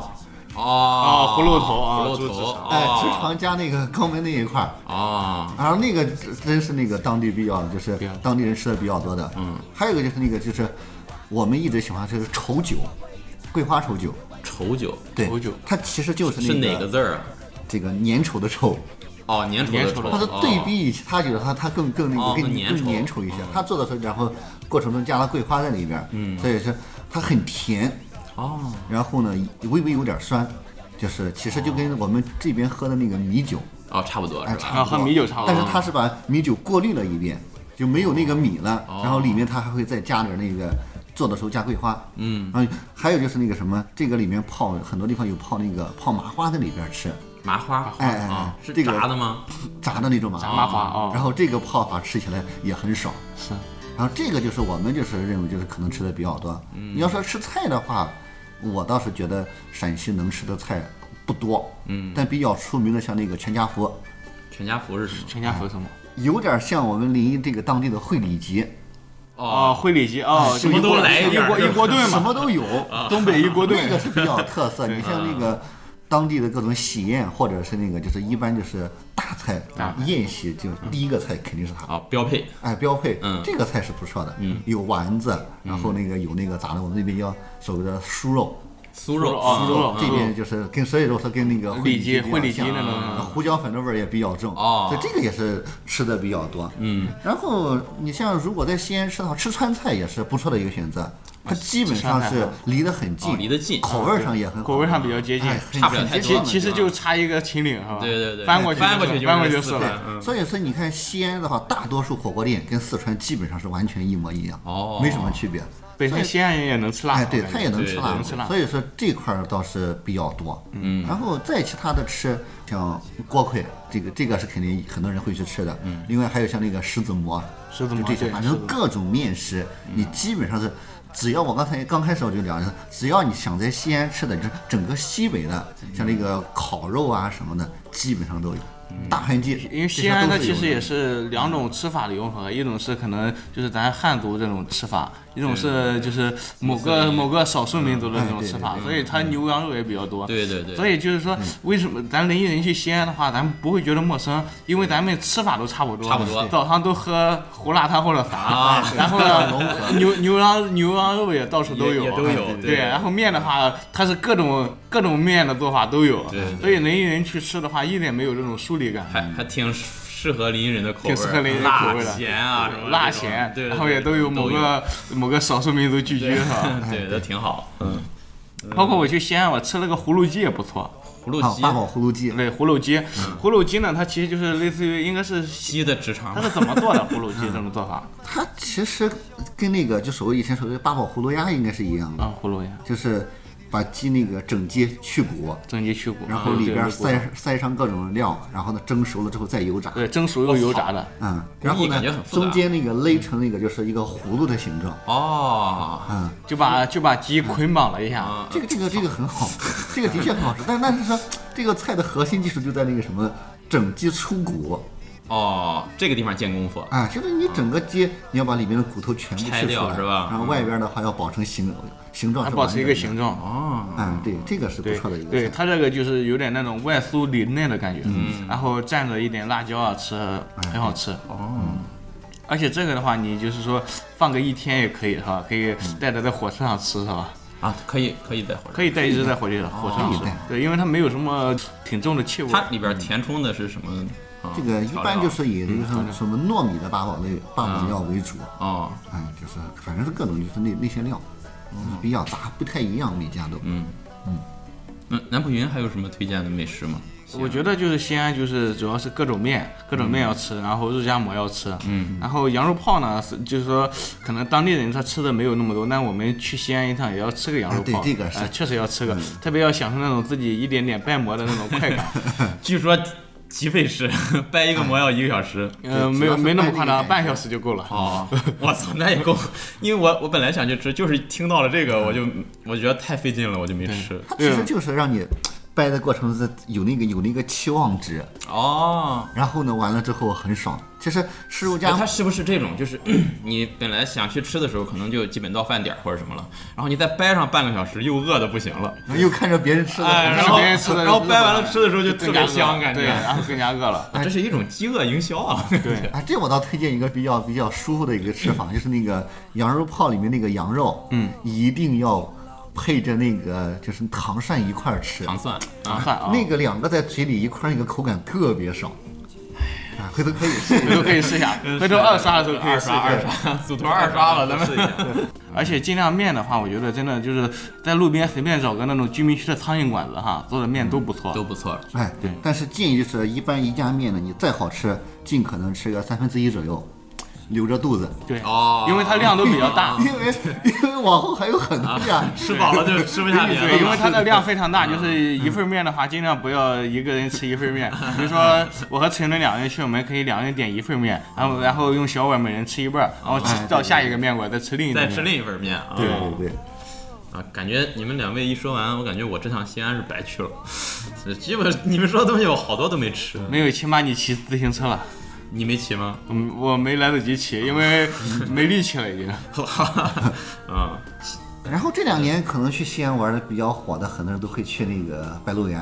Speaker 2: 哦
Speaker 4: 啊葫芦头啊
Speaker 2: 葫芦
Speaker 4: 猪直
Speaker 2: 头
Speaker 4: 肠，
Speaker 3: 哎，直
Speaker 2: 哦
Speaker 3: 肠加那个肛门那一块儿，
Speaker 2: 哦，
Speaker 3: 然后啊那个真是那个当地比较就是
Speaker 2: 啊
Speaker 4: 比较
Speaker 3: 当地人吃的比较多的，嗯，还有一个就是那个就是我们一直喜欢吃的稠酒，桂花稠酒，
Speaker 2: 稠酒
Speaker 3: 对，
Speaker 4: 稠酒
Speaker 3: 它其实就是
Speaker 2: 是
Speaker 3: 那
Speaker 2: 哪个字儿啊？
Speaker 3: 这个粘稠的稠，
Speaker 2: 哦，粘稠
Speaker 4: 粘
Speaker 2: 的
Speaker 4: 稠
Speaker 2: 稠。
Speaker 4: 的
Speaker 3: 它的
Speaker 2: 哦
Speaker 3: 对比以前，它觉得它它更更那
Speaker 2: 哦
Speaker 3: 个更
Speaker 2: 更粘稠嗯
Speaker 3: 更粘稠一些，它做的时候然后过程中加了桂花在里边儿，嗯，所以说它很甜，
Speaker 2: 哦，
Speaker 3: 然后呢微微有点酸，就是其实就跟我们这边喝的那个米酒。
Speaker 2: 哦，差不多
Speaker 3: 哎，
Speaker 2: 是
Speaker 3: 差
Speaker 2: 吧？
Speaker 3: 不
Speaker 4: 啊
Speaker 3: 多
Speaker 4: 和米酒差不多
Speaker 3: 但是它是把米酒过滤了一遍，就没有那个米了，
Speaker 4: 哦
Speaker 3: 然后里面它还会再加点那个。做的时候加桂花，嗯，然后还有就是那个什么，这个里面泡很多地方有泡那个泡麻花在里边吃，
Speaker 2: 麻花，
Speaker 3: 哎哎
Speaker 2: 啊，
Speaker 3: 哎
Speaker 2: 是
Speaker 3: 这个
Speaker 2: 炸的吗？
Speaker 3: 炸的那种麻花，啊
Speaker 4: 炸麻花哦
Speaker 3: 然后这个泡法吃起来也很爽，
Speaker 4: 是
Speaker 3: 然后这个就是我们就是认为就是可能吃的比较多。
Speaker 4: 嗯
Speaker 3: 你要说吃菜的话，我倒是觉得陕西能吃的菜不多，嗯，但比较出名的像那个全家福，
Speaker 2: 全家福是什么？
Speaker 4: 全家福什么？
Speaker 3: 有点像我们临沂这个当地的烩里脊，
Speaker 4: 哦，
Speaker 2: 哦，
Speaker 4: 烩里脊哦，
Speaker 2: 什么都来一
Speaker 4: 一
Speaker 2: 点儿
Speaker 4: 锅一锅炖
Speaker 3: 什
Speaker 4: 嘛，
Speaker 3: 么都有，
Speaker 4: 东北一锅
Speaker 3: 啊那
Speaker 4: 炖
Speaker 3: 个是比较有特色。你像那个当地的各种喜宴，或者是那个就是一般就是大菜啊
Speaker 4: 大
Speaker 3: 宴席，就是第一个菜肯定是它。
Speaker 2: 啊，标配
Speaker 3: 哎，标配，
Speaker 2: 嗯
Speaker 3: 这个菜是不错的，嗯，有丸子，然后那个有那个咋的，我们那边叫所谓的酥肉，
Speaker 2: 酥肉，
Speaker 4: 哦
Speaker 2: 酥
Speaker 4: 酥
Speaker 2: 肉
Speaker 4: 肉，
Speaker 3: 这边就是跟所以说它跟那个
Speaker 4: 里脊
Speaker 3: 烩
Speaker 4: 烩里脊
Speaker 3: 比较
Speaker 4: 那
Speaker 3: 像
Speaker 4: 种
Speaker 3: 呃胡椒粉的味儿也比较重，
Speaker 2: 哦
Speaker 3: 所以这个也是吃的比较多，嗯。然后你像如果在西安吃的话，吃川菜也是不错的一个选择，它基本上
Speaker 4: 吃川
Speaker 3: 是
Speaker 4: 菜
Speaker 3: 离得很近，
Speaker 2: 哦离得近
Speaker 3: 口味上也很好，
Speaker 4: 口味上比较接近
Speaker 3: 哎，很
Speaker 2: 差不了太
Speaker 3: 很
Speaker 2: 多
Speaker 3: 接
Speaker 4: 其
Speaker 3: 近
Speaker 4: 其实就差一个秦岭是吧？
Speaker 2: 对对对
Speaker 4: 翻过去
Speaker 2: 翻过去
Speaker 4: 去
Speaker 2: 就是
Speaker 4: 翻过去就
Speaker 2: 四
Speaker 4: 是
Speaker 2: 川
Speaker 4: 了。
Speaker 3: 对，所以说你看西安的话，大多数火锅店跟四川基本上是完全一模一样，
Speaker 2: 哦
Speaker 3: 没什么区别。
Speaker 4: 本身西安人也能吃辣，
Speaker 3: 哎，对，
Speaker 4: 我感
Speaker 3: 它
Speaker 4: 觉
Speaker 3: 也能
Speaker 2: 对
Speaker 3: 吃
Speaker 2: 对
Speaker 3: 辣
Speaker 4: 能吃，辣
Speaker 3: 所以说这块儿倒是比较多。嗯，然后再其他的吃，像锅盔，这个这个是肯定很多人会去吃的。嗯，另外还有像那个石子馍，
Speaker 4: 狮子
Speaker 3: 就
Speaker 4: 馍
Speaker 3: 这些，
Speaker 4: 对
Speaker 3: 反
Speaker 4: 狮
Speaker 3: 正
Speaker 4: 子嗯
Speaker 3: 各种面食，你基本上是，只要我刚才刚开始我就聊，就是只要你想在西安吃的，就是整个西北的，
Speaker 4: 嗯
Speaker 3: 像那个烤肉啊什么的，基本上都有。大盘鸡，
Speaker 4: 嗯因为西安它其实也
Speaker 3: 啊
Speaker 4: 是两种吃法的融合，一种是可能就是咱汉族这种吃法，一种是就是某个某个少数民族
Speaker 3: 嗯
Speaker 4: 的那种吃法，所以它牛羊肉也比较多。
Speaker 2: 对对嗯对
Speaker 4: 所以就是说，为什么咱临沂人去西安的话，咱不会觉得陌生，因为咱们吃法都差不多，
Speaker 2: 差不多
Speaker 4: 早上都喝胡辣汤或者
Speaker 2: 啊
Speaker 4: 啥，然后呢
Speaker 3: 融合，
Speaker 4: 牛牛羊牛羊肉也到处都
Speaker 2: 也
Speaker 4: 有，
Speaker 2: 也都有
Speaker 4: 哎
Speaker 2: 对
Speaker 4: 对，然后面的话，它是各种各种面的做法都有
Speaker 2: 对对，
Speaker 4: 所以临沂人去吃的话，一点没有这种疏离感。
Speaker 2: 还还挺适合临沂人的口味儿，
Speaker 4: 挺适合临沂人
Speaker 2: 辣
Speaker 4: 口味的
Speaker 2: 咸啊什么的
Speaker 4: 辣
Speaker 2: 这种
Speaker 4: 咸，
Speaker 2: 对，对
Speaker 4: 然后也
Speaker 2: 对
Speaker 4: 都有某个啊某个少数民族 聚居是吧？
Speaker 2: 对对，都挺好。嗯，
Speaker 4: 包括我去西安，我吃了个葫芦鸡也不错，
Speaker 2: 葫芦
Speaker 3: 啊，
Speaker 2: 鸡，
Speaker 3: 八宝葫芦鸡，
Speaker 4: 对，葫芦鸡，
Speaker 2: 嗯
Speaker 4: 葫芦鸡呢，它其实就是类似于应该是
Speaker 2: 鸡的直肠
Speaker 4: 它，是怎么 做的葫芦鸡这种做法
Speaker 3: 它其实跟那个就所谓以前所谓的八宝葫芦鸭应该是一样的。
Speaker 4: 啊？葫芦呀，
Speaker 3: 就是把鸡那个整鸡去骨，
Speaker 4: 蒸鸡去骨，啊
Speaker 3: 然后
Speaker 2: 嗯
Speaker 4: 对
Speaker 3: 里边
Speaker 4: 对对
Speaker 3: 塞塞上各种料，然后呢蒸熟了之后再油炸，
Speaker 4: 对蒸熟又油炸的，
Speaker 3: 嗯，然后
Speaker 2: 工艺感觉很
Speaker 3: 呢
Speaker 2: 复杂嗯
Speaker 3: 中间那个勒成那个就是一个葫芦的形状，
Speaker 2: 哦，
Speaker 3: 嗯，
Speaker 4: 就把就把鸡捆绑了一下，
Speaker 2: 啊
Speaker 3: 这个这个这个很好，这个的确很好吃，但但是说这个菜的核心技术就在那个什么整鸡出骨
Speaker 2: 哦，这个地方见功夫，
Speaker 3: 啊，就是你整个鸡你要把里面的骨头全部
Speaker 2: 啊拆
Speaker 3: 去出
Speaker 2: 掉
Speaker 3: 来，
Speaker 2: 是吧嗯
Speaker 3: 然后外边的话要保持形形状
Speaker 4: 还
Speaker 3: 是
Speaker 4: 保持一个
Speaker 3: 完整的
Speaker 4: 形状。
Speaker 2: 哦，
Speaker 3: 嗯，对，这个是不
Speaker 4: 对
Speaker 3: 错的一个
Speaker 4: 对，
Speaker 3: 菜
Speaker 4: 它这个就是有点那种外酥里嫩的感觉，
Speaker 3: 嗯
Speaker 4: 然后蘸着一点辣椒啊吃，
Speaker 3: 哎
Speaker 4: 很好吃。哦。而且这个的话，你就是说放个一天也可以是吧？可以
Speaker 3: 嗯
Speaker 4: 带着在火车上吃是吧？
Speaker 2: 啊，可以可以再回来。
Speaker 4: 可以带一直在火车上火车上吃
Speaker 3: 可以带，
Speaker 4: 对，因为它没有什么挺重的气味。
Speaker 2: 它里边填充的是什么？啊嗯
Speaker 3: 这个一般
Speaker 2: 调料
Speaker 3: 就是以这个什么糯米的八宝类八
Speaker 2: 啊
Speaker 3: 宝料为主，
Speaker 2: 哦，
Speaker 3: 哎，就是反正是各种就是那那些料，就是比较杂，不太一样，每家都。嗯，
Speaker 2: 嗯，南浦云还有什么推荐的美食吗？
Speaker 4: 我觉得就是西安，就是主要是各种面，各种
Speaker 3: 嗯
Speaker 4: 面要吃，然后肉夹馍要吃，嗯，然后羊肉泡呢，是就是说可能当地人他吃的没有那么多，但我们去西安一趟也要吃个羊肉
Speaker 3: 啊对
Speaker 4: 泡，
Speaker 3: 这个是嗯
Speaker 4: 呃确实要吃个，特别要享受那种自己一点点掰馍的那种快 感，
Speaker 2: 据说极费时，掰
Speaker 3: 哎
Speaker 2: 一个馍要一个小时。
Speaker 4: 呃，
Speaker 3: 对主
Speaker 4: 没有
Speaker 3: 要是
Speaker 4: 没那
Speaker 3: 掰那个
Speaker 4: 么夸张，
Speaker 3: 感觉
Speaker 4: 半小时就够了。
Speaker 2: 哦，我操，那也够，因为我我本来
Speaker 3: 嗯
Speaker 2: 想去吃，就是听到了这个，我就我觉得太费劲了，我就没吃。
Speaker 3: 它其实就是让你掰的过程是有那个有那个期望值，
Speaker 2: 哦，
Speaker 3: 然后呢完了之后很爽。其实吃肉
Speaker 2: 哎
Speaker 3: 夹
Speaker 2: 它是不是这种？就是 你本来想去吃的时候，可能就基本到饭点儿或者什么了，然后你再掰上半个小时，又饿的不行了，
Speaker 3: 又看着别人吃的
Speaker 2: 哎
Speaker 3: 很
Speaker 2: 然
Speaker 3: 爽，
Speaker 2: 后
Speaker 4: 别人吃的
Speaker 2: 然后掰完了吃的时候就
Speaker 4: 更
Speaker 2: 特别
Speaker 4: 加饿
Speaker 2: 香感觉
Speaker 4: 对，然后更加饿了。
Speaker 2: 啊这是一种饥饿营销啊！
Speaker 4: 对，
Speaker 3: 啊，这我倒推荐一个比较比较舒服的一个吃法，就是那个羊肉泡里面那个羊肉，嗯，一定要配着那个就是糖蒜一块儿吃，
Speaker 2: 糖蒜
Speaker 4: 麻
Speaker 2: 啊，
Speaker 4: 烦啊，
Speaker 3: 那个两个在嘴里一块儿，那个口感特别爽。啊，回头可以试一
Speaker 4: 回
Speaker 3: 下。
Speaker 4: 头可以试 一下，回头二刷的时候可以
Speaker 2: 二
Speaker 4: 试
Speaker 2: 刷
Speaker 4: 一下
Speaker 2: 二刷，组团二刷了，咱们
Speaker 5: 试一下。
Speaker 4: 而且尽量面的话，我觉得真的就是在路边随便找个那种居民区的苍蝇馆子哈，做的面都不错。
Speaker 2: 都不错。
Speaker 3: 哎，
Speaker 4: 对
Speaker 3: 但是建议就是，一般宜家面呢，你再好吃，尽可能吃个三分之一左右，留着肚子，
Speaker 4: 对，
Speaker 2: 哦
Speaker 4: 因为它量都比较 大，
Speaker 3: 因为因为往后还有很多呀。
Speaker 4: 啊
Speaker 5: 吃饱了就吃不下别的
Speaker 4: 对，因为
Speaker 5: 了。
Speaker 4: 它的量非常大，就是一份面的话，尽量不要一个人吃一份面。比如说我和陈伦两人去，我们可以两人点一份面，然后然后用小碗每人吃一半儿，然后吃到下一个面馆再吃另一个
Speaker 2: 再
Speaker 4: 面。
Speaker 2: 吃另一份面啊！
Speaker 3: 对
Speaker 4: 哦
Speaker 3: 对对，
Speaker 2: 啊，感觉你们两位一说完，我感觉我这趟西安是白去了。 这基本你们说的东西我好多都没吃，
Speaker 4: 没有，起码你骑自行车了，
Speaker 2: 你没骑吗？
Speaker 4: 嗯，我没来得及骑，因为没力气了已经。
Speaker 2: 啊，
Speaker 3: 然后这两年可能去西安玩的比较火的，很多人都会去那个白鹿原。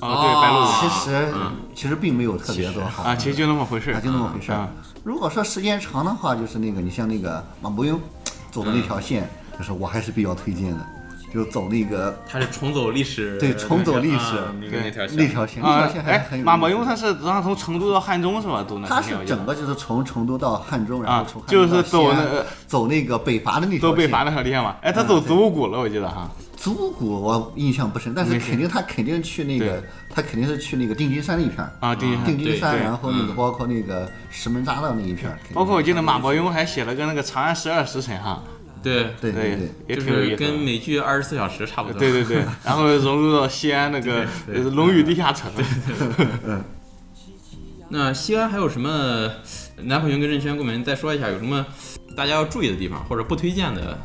Speaker 4: 哦，对，白鹿
Speaker 2: 啊
Speaker 3: 其实其实并没有特别多好
Speaker 4: 嗯啊，其实就那么回事儿，
Speaker 3: 啊，就那么回事儿
Speaker 4: 啊。
Speaker 3: 如果说时间长的话，就是那个你像那个马伯庸走的那条
Speaker 4: 嗯
Speaker 3: 线，就是我还是比较推荐的，就走那个
Speaker 2: 他是重走历史，
Speaker 3: 对重走历史
Speaker 2: 啊那个那条线
Speaker 3: 那条线，那
Speaker 4: 啊
Speaker 3: 条线，还
Speaker 4: 哎
Speaker 3: 很，有。
Speaker 4: 马伯庸他是好像从成都到汉中是吧？走那
Speaker 3: 他
Speaker 4: 条
Speaker 3: 是
Speaker 4: 线我记得
Speaker 3: 整个就是从成都到汉中，然
Speaker 4: 啊
Speaker 3: 后从汉
Speaker 4: 就
Speaker 3: 中
Speaker 4: 是
Speaker 3: 到
Speaker 4: 走
Speaker 3: 西安
Speaker 4: 那个
Speaker 3: 走那个北伐的那条
Speaker 4: 都
Speaker 3: 线。
Speaker 4: 被罚那条线嘛？哎，他
Speaker 3: 嗯
Speaker 4: 走子午谷了，我记得哈。
Speaker 3: 祖谷我印象不深，但是
Speaker 4: 没事
Speaker 3: 肯定他肯定去那个
Speaker 4: 对
Speaker 3: 他肯定是去那个定军山那一片儿
Speaker 4: 啊定军山
Speaker 3: 定军山，
Speaker 4: 对对
Speaker 3: 然后那个包括那个石门匝道那一片儿，肯定
Speaker 4: 包括我记得马伯庸还写了个那个《长安十二时辰》哈，
Speaker 2: 对
Speaker 3: 对对对。
Speaker 4: 也
Speaker 2: 就
Speaker 4: 挺有意
Speaker 2: 是
Speaker 4: 思的
Speaker 2: 跟美剧《二十四小时》差不多。
Speaker 4: 对对对，然后融入到西安那个呃龙宇地下城，
Speaker 2: 那西安还有什么？南浦云跟任轩给我们再说一下，有什么大家要注意的地方，或者不推荐的，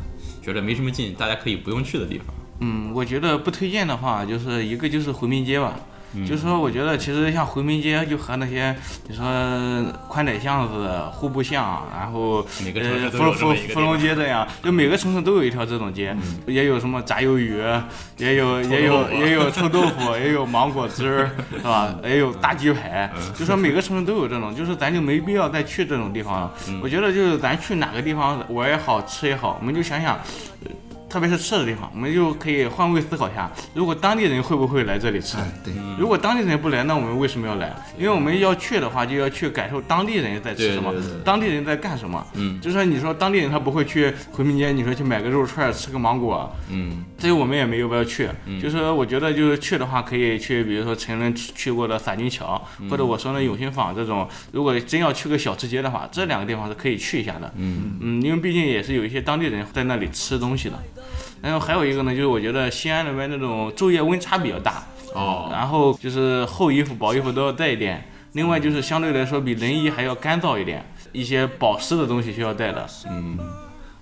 Speaker 2: 觉得没什么劲，大家可以不用去的地方。
Speaker 4: 嗯，我觉得不推荐的话，就是一个就是回民街吧。
Speaker 2: 嗯
Speaker 4: 就是说，我觉得其实像回民街，就和那些你说宽窄巷子、户部巷，然后
Speaker 2: 每个城市
Speaker 4: 呃
Speaker 2: 都
Speaker 4: 芙
Speaker 2: 有这么
Speaker 4: 芙
Speaker 2: 一个地
Speaker 4: 芙
Speaker 2: 方嗯
Speaker 4: 蓉街这样，就每个城市都有一条这种街，也有什么炸鱿鱼，也有也有也有臭豆腐，也有芒果汁儿，是吧？也有大鸡排，
Speaker 2: 嗯
Speaker 4: 就说每个城市都有这种，就是咱就没必要再去这种地方了。
Speaker 2: 嗯
Speaker 4: 我觉得就是咱去哪个地方玩也好，吃也好，我们就想想呃特别是吃的地方，我们就可以换位思考一下，如果当地人会不会来这里吃？
Speaker 3: 哎，对，
Speaker 2: 嗯
Speaker 4: 如果当地人不来，那我们为什么要来？因为我们要去的话，就要去感受当地人在吃什么
Speaker 2: 对对对，
Speaker 4: 当地人在干什么。
Speaker 2: 嗯
Speaker 4: 就说你说当地人他不会去回民街，你说去买个肉串儿吃个芒果，
Speaker 2: 嗯，
Speaker 4: 这个我们也没有必要去。就是我觉得就是去的话，可以去，比如说陈伦去去过的洒金桥，
Speaker 2: 嗯
Speaker 4: 或者我说的永兴坊这种，如果真要去个小吃街的话，这两个地方是可以去一下的。
Speaker 2: 嗯
Speaker 4: 因为毕竟也是有一些当地人在那里吃东西的。然后还有一个呢，就是我觉得西安那边那种昼夜温差比较大，
Speaker 2: 哦，
Speaker 4: 然后就是厚衣服、薄衣服都要带一点。另外就是相对来说比人衣还要干燥一点，一些保湿的东西需要带的。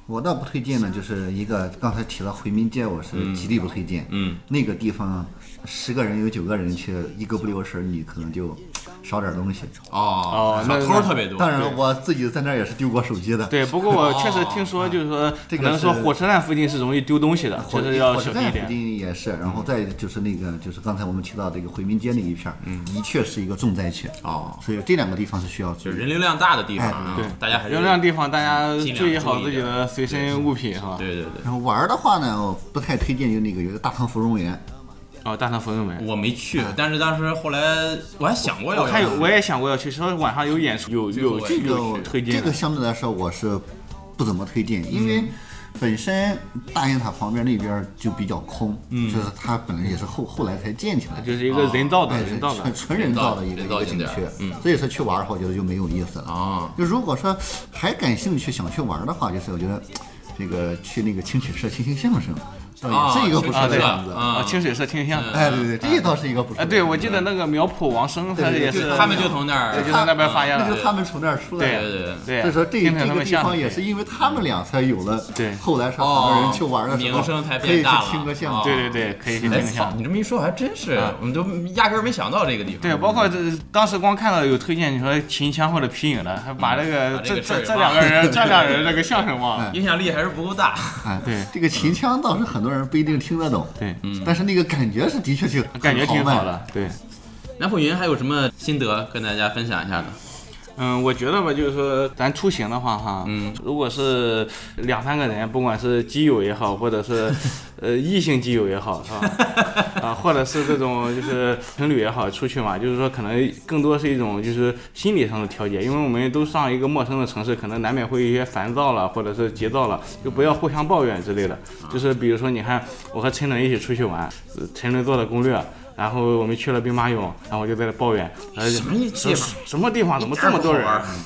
Speaker 3: 我倒不推荐呢，就是一个刚才提到回民街，我是极力不推荐。
Speaker 2: 嗯，
Speaker 3: 那个地方十个人有九个人去，一个不留神，你可能就少点东西。
Speaker 2: 哦
Speaker 4: 哦
Speaker 2: 小
Speaker 4: 那
Speaker 2: 偷特别多。
Speaker 3: 当然，我自己在那儿也是丢过手机的。
Speaker 4: 对，不过我确实听说，就是说，
Speaker 3: 哦这
Speaker 4: 可
Speaker 3: 个
Speaker 4: 能说
Speaker 3: 是
Speaker 4: 火车站附近是容易丢东西的，
Speaker 3: 火
Speaker 4: 确实要
Speaker 3: 火
Speaker 4: 小
Speaker 3: 车
Speaker 4: 心一
Speaker 3: 站附
Speaker 4: 点。嗯
Speaker 3: 近也是，然后再就是那个就是刚才我们提到这个回民街那一片儿，
Speaker 4: 嗯
Speaker 3: 的确是一个重灾区。啊
Speaker 2: 哦，
Speaker 3: 所以这两个地方是需要注
Speaker 2: 就
Speaker 3: 意
Speaker 2: 是
Speaker 3: 的。
Speaker 2: 人流量大的地方啊，
Speaker 4: 对，
Speaker 2: 大家还是
Speaker 4: 流量地方，大家
Speaker 2: 尽量
Speaker 4: 注意好
Speaker 2: 注意
Speaker 4: 自己
Speaker 2: 点
Speaker 4: 的随身物品，是吧？
Speaker 2: 对对对，
Speaker 3: 然后玩儿的话呢，我不太推荐就那个有一个大唐芙蓉园，
Speaker 4: 哦，大唐芙蓉园，
Speaker 2: 我没去，但是当时后来我还想过要
Speaker 4: 我
Speaker 2: 不要
Speaker 4: 看有，
Speaker 2: 去
Speaker 4: 我也想过要去，说晚上有演出，有有
Speaker 2: 我
Speaker 3: 这个
Speaker 4: 有
Speaker 3: 我
Speaker 4: 推荐嗯
Speaker 3: 这个
Speaker 4: 的。
Speaker 3: 相对来说我是不怎么推荐，因为本身大雁塔旁边那边就比较空，就是它本来也是后后来才建起来的，
Speaker 4: 嗯就是一个人造的，
Speaker 3: 哎
Speaker 4: 人造的
Speaker 3: 纯，纯人造的一个
Speaker 2: 人
Speaker 3: 一
Speaker 2: 造
Speaker 3: 个
Speaker 2: 景
Speaker 3: 景
Speaker 2: 点
Speaker 3: 区，所以说去玩儿的话，我觉得就没有意思了。
Speaker 2: 啊，
Speaker 3: 就如果说还感兴趣想去玩儿的话，就是我觉得这个去那个听曲社听听相声，倒也是一个不错
Speaker 2: 啊
Speaker 3: 的
Speaker 2: 对
Speaker 3: 样子。
Speaker 2: 啊
Speaker 4: 啊，清水寺清水巷。
Speaker 2: 嗯
Speaker 3: 哎，对对，这也倒是一个不错的
Speaker 4: 哎，
Speaker 3: 样子。
Speaker 4: 对，我记得那个苗圃王生，他
Speaker 3: 对对
Speaker 4: 也
Speaker 3: 对
Speaker 4: 是
Speaker 2: 他们就从那儿，
Speaker 4: 对就从那边
Speaker 2: 嗯
Speaker 4: 发家
Speaker 3: 啊那
Speaker 4: 了。
Speaker 3: 就是他们从那儿出来
Speaker 2: 对
Speaker 3: 的。
Speaker 2: 对对。
Speaker 4: 对，啊
Speaker 3: 所以说这
Speaker 4: 听着
Speaker 3: 这
Speaker 4: 他
Speaker 3: 个
Speaker 4: 们
Speaker 3: 地
Speaker 4: 像
Speaker 3: 方也是因为他们俩才有了，
Speaker 4: 对
Speaker 3: 后来上好多人去玩的时候，
Speaker 2: 哦名声才
Speaker 3: 可以
Speaker 2: 变
Speaker 3: 去
Speaker 2: 大了
Speaker 3: 听个相
Speaker 2: 哦
Speaker 3: 声。
Speaker 4: 对对对，可以去
Speaker 2: 哎
Speaker 4: 听一
Speaker 2: 操！
Speaker 4: 下。
Speaker 2: 你这么一说，还真是，
Speaker 4: 啊
Speaker 2: 我们都压根儿没想到这个地方。
Speaker 4: 对，包括这当时光看到有推荐你说秦腔或者皮影的，还把那个
Speaker 2: 嗯把这
Speaker 4: 这
Speaker 2: 个事儿
Speaker 4: 这这
Speaker 2: 忘
Speaker 4: 两
Speaker 2: 了嗯
Speaker 4: 个人这两人那个相声忘了。
Speaker 2: 影响力还是不够大。
Speaker 3: 哎，
Speaker 4: 对
Speaker 3: 这个秦腔倒是很多人不一定听得懂，
Speaker 4: 对，
Speaker 2: 嗯
Speaker 3: 但是那个感觉是的确就
Speaker 4: 感觉挺
Speaker 3: 很
Speaker 4: 好
Speaker 3: 豪迈。
Speaker 4: 的。对，
Speaker 2: 南浦云还有什么心得跟大家分享一下的？
Speaker 4: 嗯，我觉得吧，就是说咱出行的话哈，
Speaker 2: 嗯，
Speaker 4: 如果是两三个人，不管是基友也好，或者是呃异性基友也好，是吧？ 啊，或者是这种就是情侣也好，出去嘛，就是说可能更多是一种就是心理上的调节，因为我们都上一个陌生的城市，可能难免会有一些烦躁了，或者是急躁了，就不要互相抱怨之类的。
Speaker 2: 嗯
Speaker 4: 就是比如说，你看我和陈伦一起出去玩，呃陈伦做了攻略。然后我们去了兵马俑，然后我就在那抱怨，然后就
Speaker 2: 什么地方
Speaker 4: 什什么地方怎么这么多人？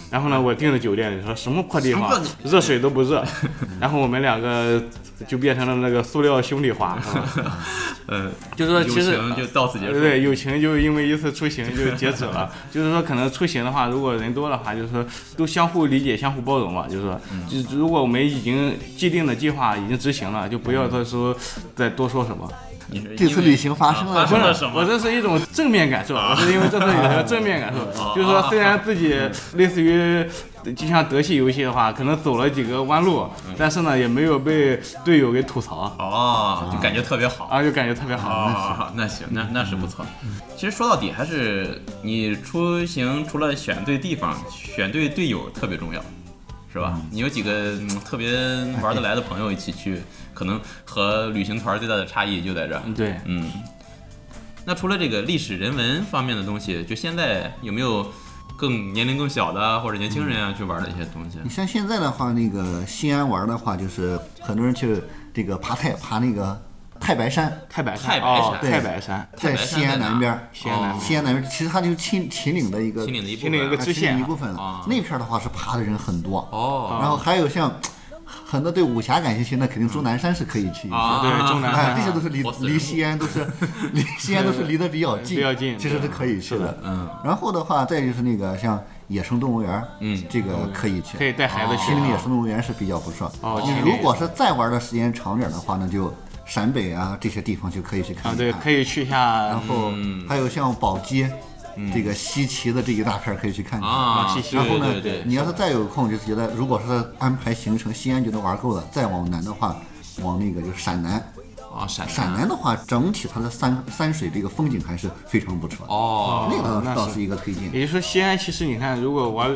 Speaker 4: 然后呢，我订的酒店，说什么破地
Speaker 2: 什
Speaker 4: 方
Speaker 2: 么，
Speaker 4: 热水都不热。 然后我们两个就变成了那个塑料兄弟花，是吧
Speaker 2: 呃，
Speaker 4: 就是说
Speaker 2: 友
Speaker 4: 其实
Speaker 2: 情
Speaker 4: 呃
Speaker 2: 就到此结
Speaker 4: 对
Speaker 2: 束。
Speaker 4: 对，友情就因为一次出行就截止了。就是说，可能出行的话，如果人多的话，就是说都相互理解、相互包容嘛。就是说，
Speaker 2: 嗯
Speaker 4: 就如果我们已经既定的计划已经执行了，就不要到时候再多说什么。
Speaker 2: 你是因为
Speaker 3: 这次旅行发生
Speaker 2: 啊
Speaker 3: 了
Speaker 2: 发生了
Speaker 4: 不
Speaker 2: 什
Speaker 4: 是，
Speaker 2: 么
Speaker 4: 我这是一种正面感受，我是因为这是有一个正面感受，就是说虽然自己类似于就像德系游戏的话，可能走了几个弯路，但是呢也没有被队友给吐槽，
Speaker 2: 哦，就感觉特别好。
Speaker 4: 啊就感觉特别好。
Speaker 2: 哦，那行，那那是不错。其实说到底，还是你出行除了选对地方，选对队友特别重要，是吧？你有几个、嗯特别玩得来的朋友一起去，可能和旅行团最大的差异就在这儿。
Speaker 4: 嗯对，
Speaker 2: 嗯，那除了这个历史人文方面的东西，就现在有没有更年龄更小的啊或者年轻人啊去玩的一些东西？
Speaker 3: 你像现在的话，那个西安玩的话，就是很多人去这个爬太爬那个太白山，
Speaker 4: 太白山，
Speaker 2: 太白山
Speaker 4: 哦太白山，
Speaker 2: 太白
Speaker 3: 在
Speaker 2: 山
Speaker 3: 西安
Speaker 2: 在哪
Speaker 3: 南边，哦
Speaker 4: 西安南边
Speaker 3: 西安南边，其实它就是秦秦岭的一个
Speaker 2: 秦岭的一部
Speaker 4: 秦岭一
Speaker 2: 分啊
Speaker 4: 个
Speaker 3: 啊
Speaker 4: 支线啊
Speaker 3: 秦岭一部分
Speaker 2: 啊
Speaker 3: 了。那片儿的话是爬的人很多，
Speaker 2: 哦
Speaker 4: 啊
Speaker 3: 然后还有像很多对武侠感兴趣，那肯定终南山是可以去一下。
Speaker 2: 啊，
Speaker 4: 对终南
Speaker 3: 哎
Speaker 4: 山，
Speaker 3: 这些都是离
Speaker 2: 活死人
Speaker 3: 离西安都 是离西安都是离得比较近，
Speaker 4: 比较近
Speaker 3: 其实是可以去的。嗯，然后的话，再就是那个像野生动物园，
Speaker 2: 嗯
Speaker 3: 这个可以去，
Speaker 4: 可以带孩子去
Speaker 3: 秦。岭野生动物园是比较不错。
Speaker 4: 哦
Speaker 3: 你
Speaker 4: 秦岭
Speaker 3: 如果是再玩的时间长点的话，那就陕北啊这些地方就可以去看
Speaker 4: 啊，
Speaker 3: 一看。
Speaker 4: 对，可以嗯去一下
Speaker 3: 然后还有像宝鸡，
Speaker 4: 嗯
Speaker 3: 这个西岐的这一大片儿可以去看看。
Speaker 2: 啊，
Speaker 4: 西西
Speaker 3: 然后呢，
Speaker 2: 对对对，
Speaker 3: 你要是再有空，就是觉得如果是安排行程，西安觉得玩够了，再往南的话，往那个就是陕南，
Speaker 2: 啊，陕
Speaker 3: 陕南的话，整体它的山山水这个风景还是非常不错的，
Speaker 2: 哦，
Speaker 3: 那个
Speaker 4: 那
Speaker 3: 倒
Speaker 4: 是
Speaker 3: 是一个推荐。
Speaker 4: 也就是说，西安其实你看，如果玩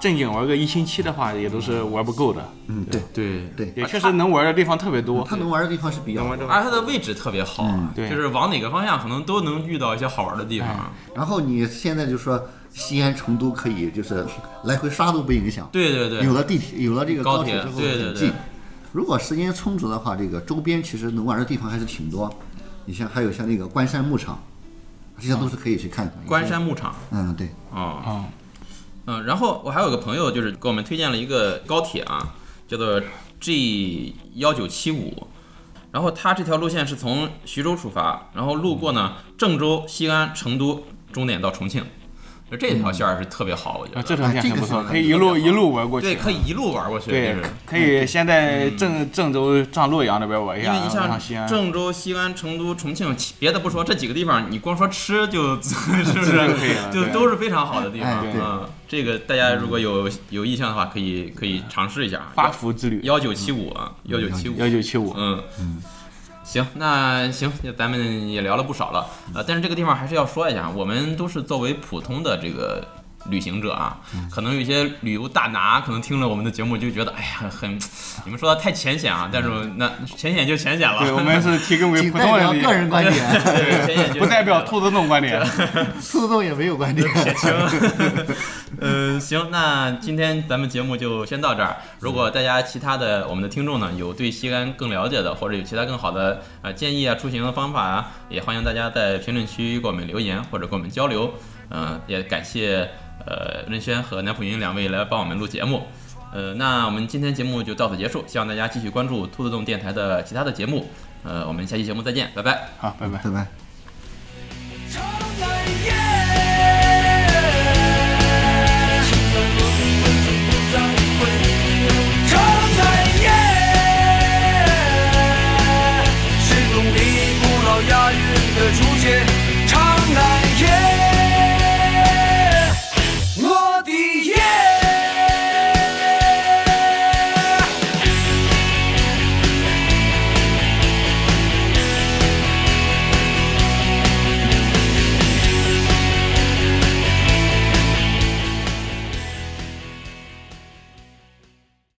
Speaker 4: 正经玩个一星期的话，也都是玩不够的，
Speaker 3: 嗯，对，
Speaker 2: 对
Speaker 3: 对
Speaker 4: 也确实能玩的地方特别多。
Speaker 3: 它能玩的地方是比较
Speaker 4: 能
Speaker 3: 多
Speaker 4: 玩。的
Speaker 2: 而它的位置特别好，啊
Speaker 3: 嗯
Speaker 4: 对
Speaker 2: 就是往哪个方向可能都能遇到一些好玩的地方。
Speaker 3: 然后你现在就说西安、成都可以就是来回刷都不影响，
Speaker 2: 对对对，
Speaker 3: 有了地铁，有了这个
Speaker 2: 高
Speaker 3: 高铁
Speaker 2: 铁
Speaker 3: 之后
Speaker 2: 对对
Speaker 3: 很
Speaker 2: 对
Speaker 3: 近。如果时间充足的话，这个周边其实能玩的地方还是挺多。你像还有像那个关山牧场，这些都是可以去看看。
Speaker 2: 关，山牧场，
Speaker 3: 嗯，对，
Speaker 2: 嗯
Speaker 4: 哦
Speaker 2: 嗯，然后我还有个朋友就是给我们推荐了一个高铁啊，叫做 G 幺九七五。然后它这条路线是从徐州出发，然后路过呢
Speaker 4: 嗯
Speaker 2: 郑州、西安、成都，终点到重庆。就这条线儿是特别好，我觉
Speaker 4: 嗯啊，
Speaker 2: 得。
Speaker 4: 这条线
Speaker 3: 哎这
Speaker 4: 很
Speaker 3: 个
Speaker 4: 不错，
Speaker 3: 是
Speaker 4: 可以一路一路玩过去。
Speaker 2: 对，可以一路玩过去，
Speaker 4: 对
Speaker 2: 就是。，
Speaker 4: 可以先在郑郑州上洛阳那边玩一
Speaker 2: 因
Speaker 4: 下，
Speaker 2: 为你
Speaker 4: 然后上西
Speaker 2: 像
Speaker 4: 安。
Speaker 2: 郑州、西安、成都、重庆，其别的不说，这几个地方你光说吃就 是不
Speaker 4: 吃
Speaker 2: 是
Speaker 4: 就可以了
Speaker 2: 就
Speaker 4: 对嗯
Speaker 2: 都是非常好的地方
Speaker 3: 哎对
Speaker 2: 啊。这个大家如果有有意向的话，可以可以尝试一下。啊
Speaker 4: 发福之旅
Speaker 2: 幺九七五啊，幺九七五，
Speaker 4: 幺九七五，
Speaker 2: 嗯行，那行，咱们也聊了不少了，呃，但是这个地方还是要说一下，我们都是作为普通的这个旅行者啊，
Speaker 4: 嗯
Speaker 2: 可能有一些旅游大拿，可能听了我们的节目就觉得，哎呀，很，你们说的太浅显啊，但是那浅显就浅显了，
Speaker 4: 嗯对我们是 提供给
Speaker 3: 仅
Speaker 4: 普通
Speaker 3: 代表
Speaker 4: 人
Speaker 3: 个
Speaker 4: 的，
Speaker 3: 人观点，
Speaker 2: 对，浅显就是
Speaker 4: 不代表兔子洞观点。
Speaker 3: 互动也没有 观点。
Speaker 2: 嗯，行，那今天咱们节目就先到这儿。如果大家其他的我们的听众呢，有对西安更了解的，或者有其他更好的呃建议啊、出行的方法啊，也欢迎大家在评论区给我们留言或者跟我们交呃流。嗯、也感谢呃任轩和南浦云两位来帮我们录节目。呃，那我们今天节目就到此结束，希望大家继续关注兔子洞电台的其他的节目。呃，我们下期节目再见，拜拜。
Speaker 4: 好，拜拜。
Speaker 3: 拜拜。
Speaker 1: 长安夜。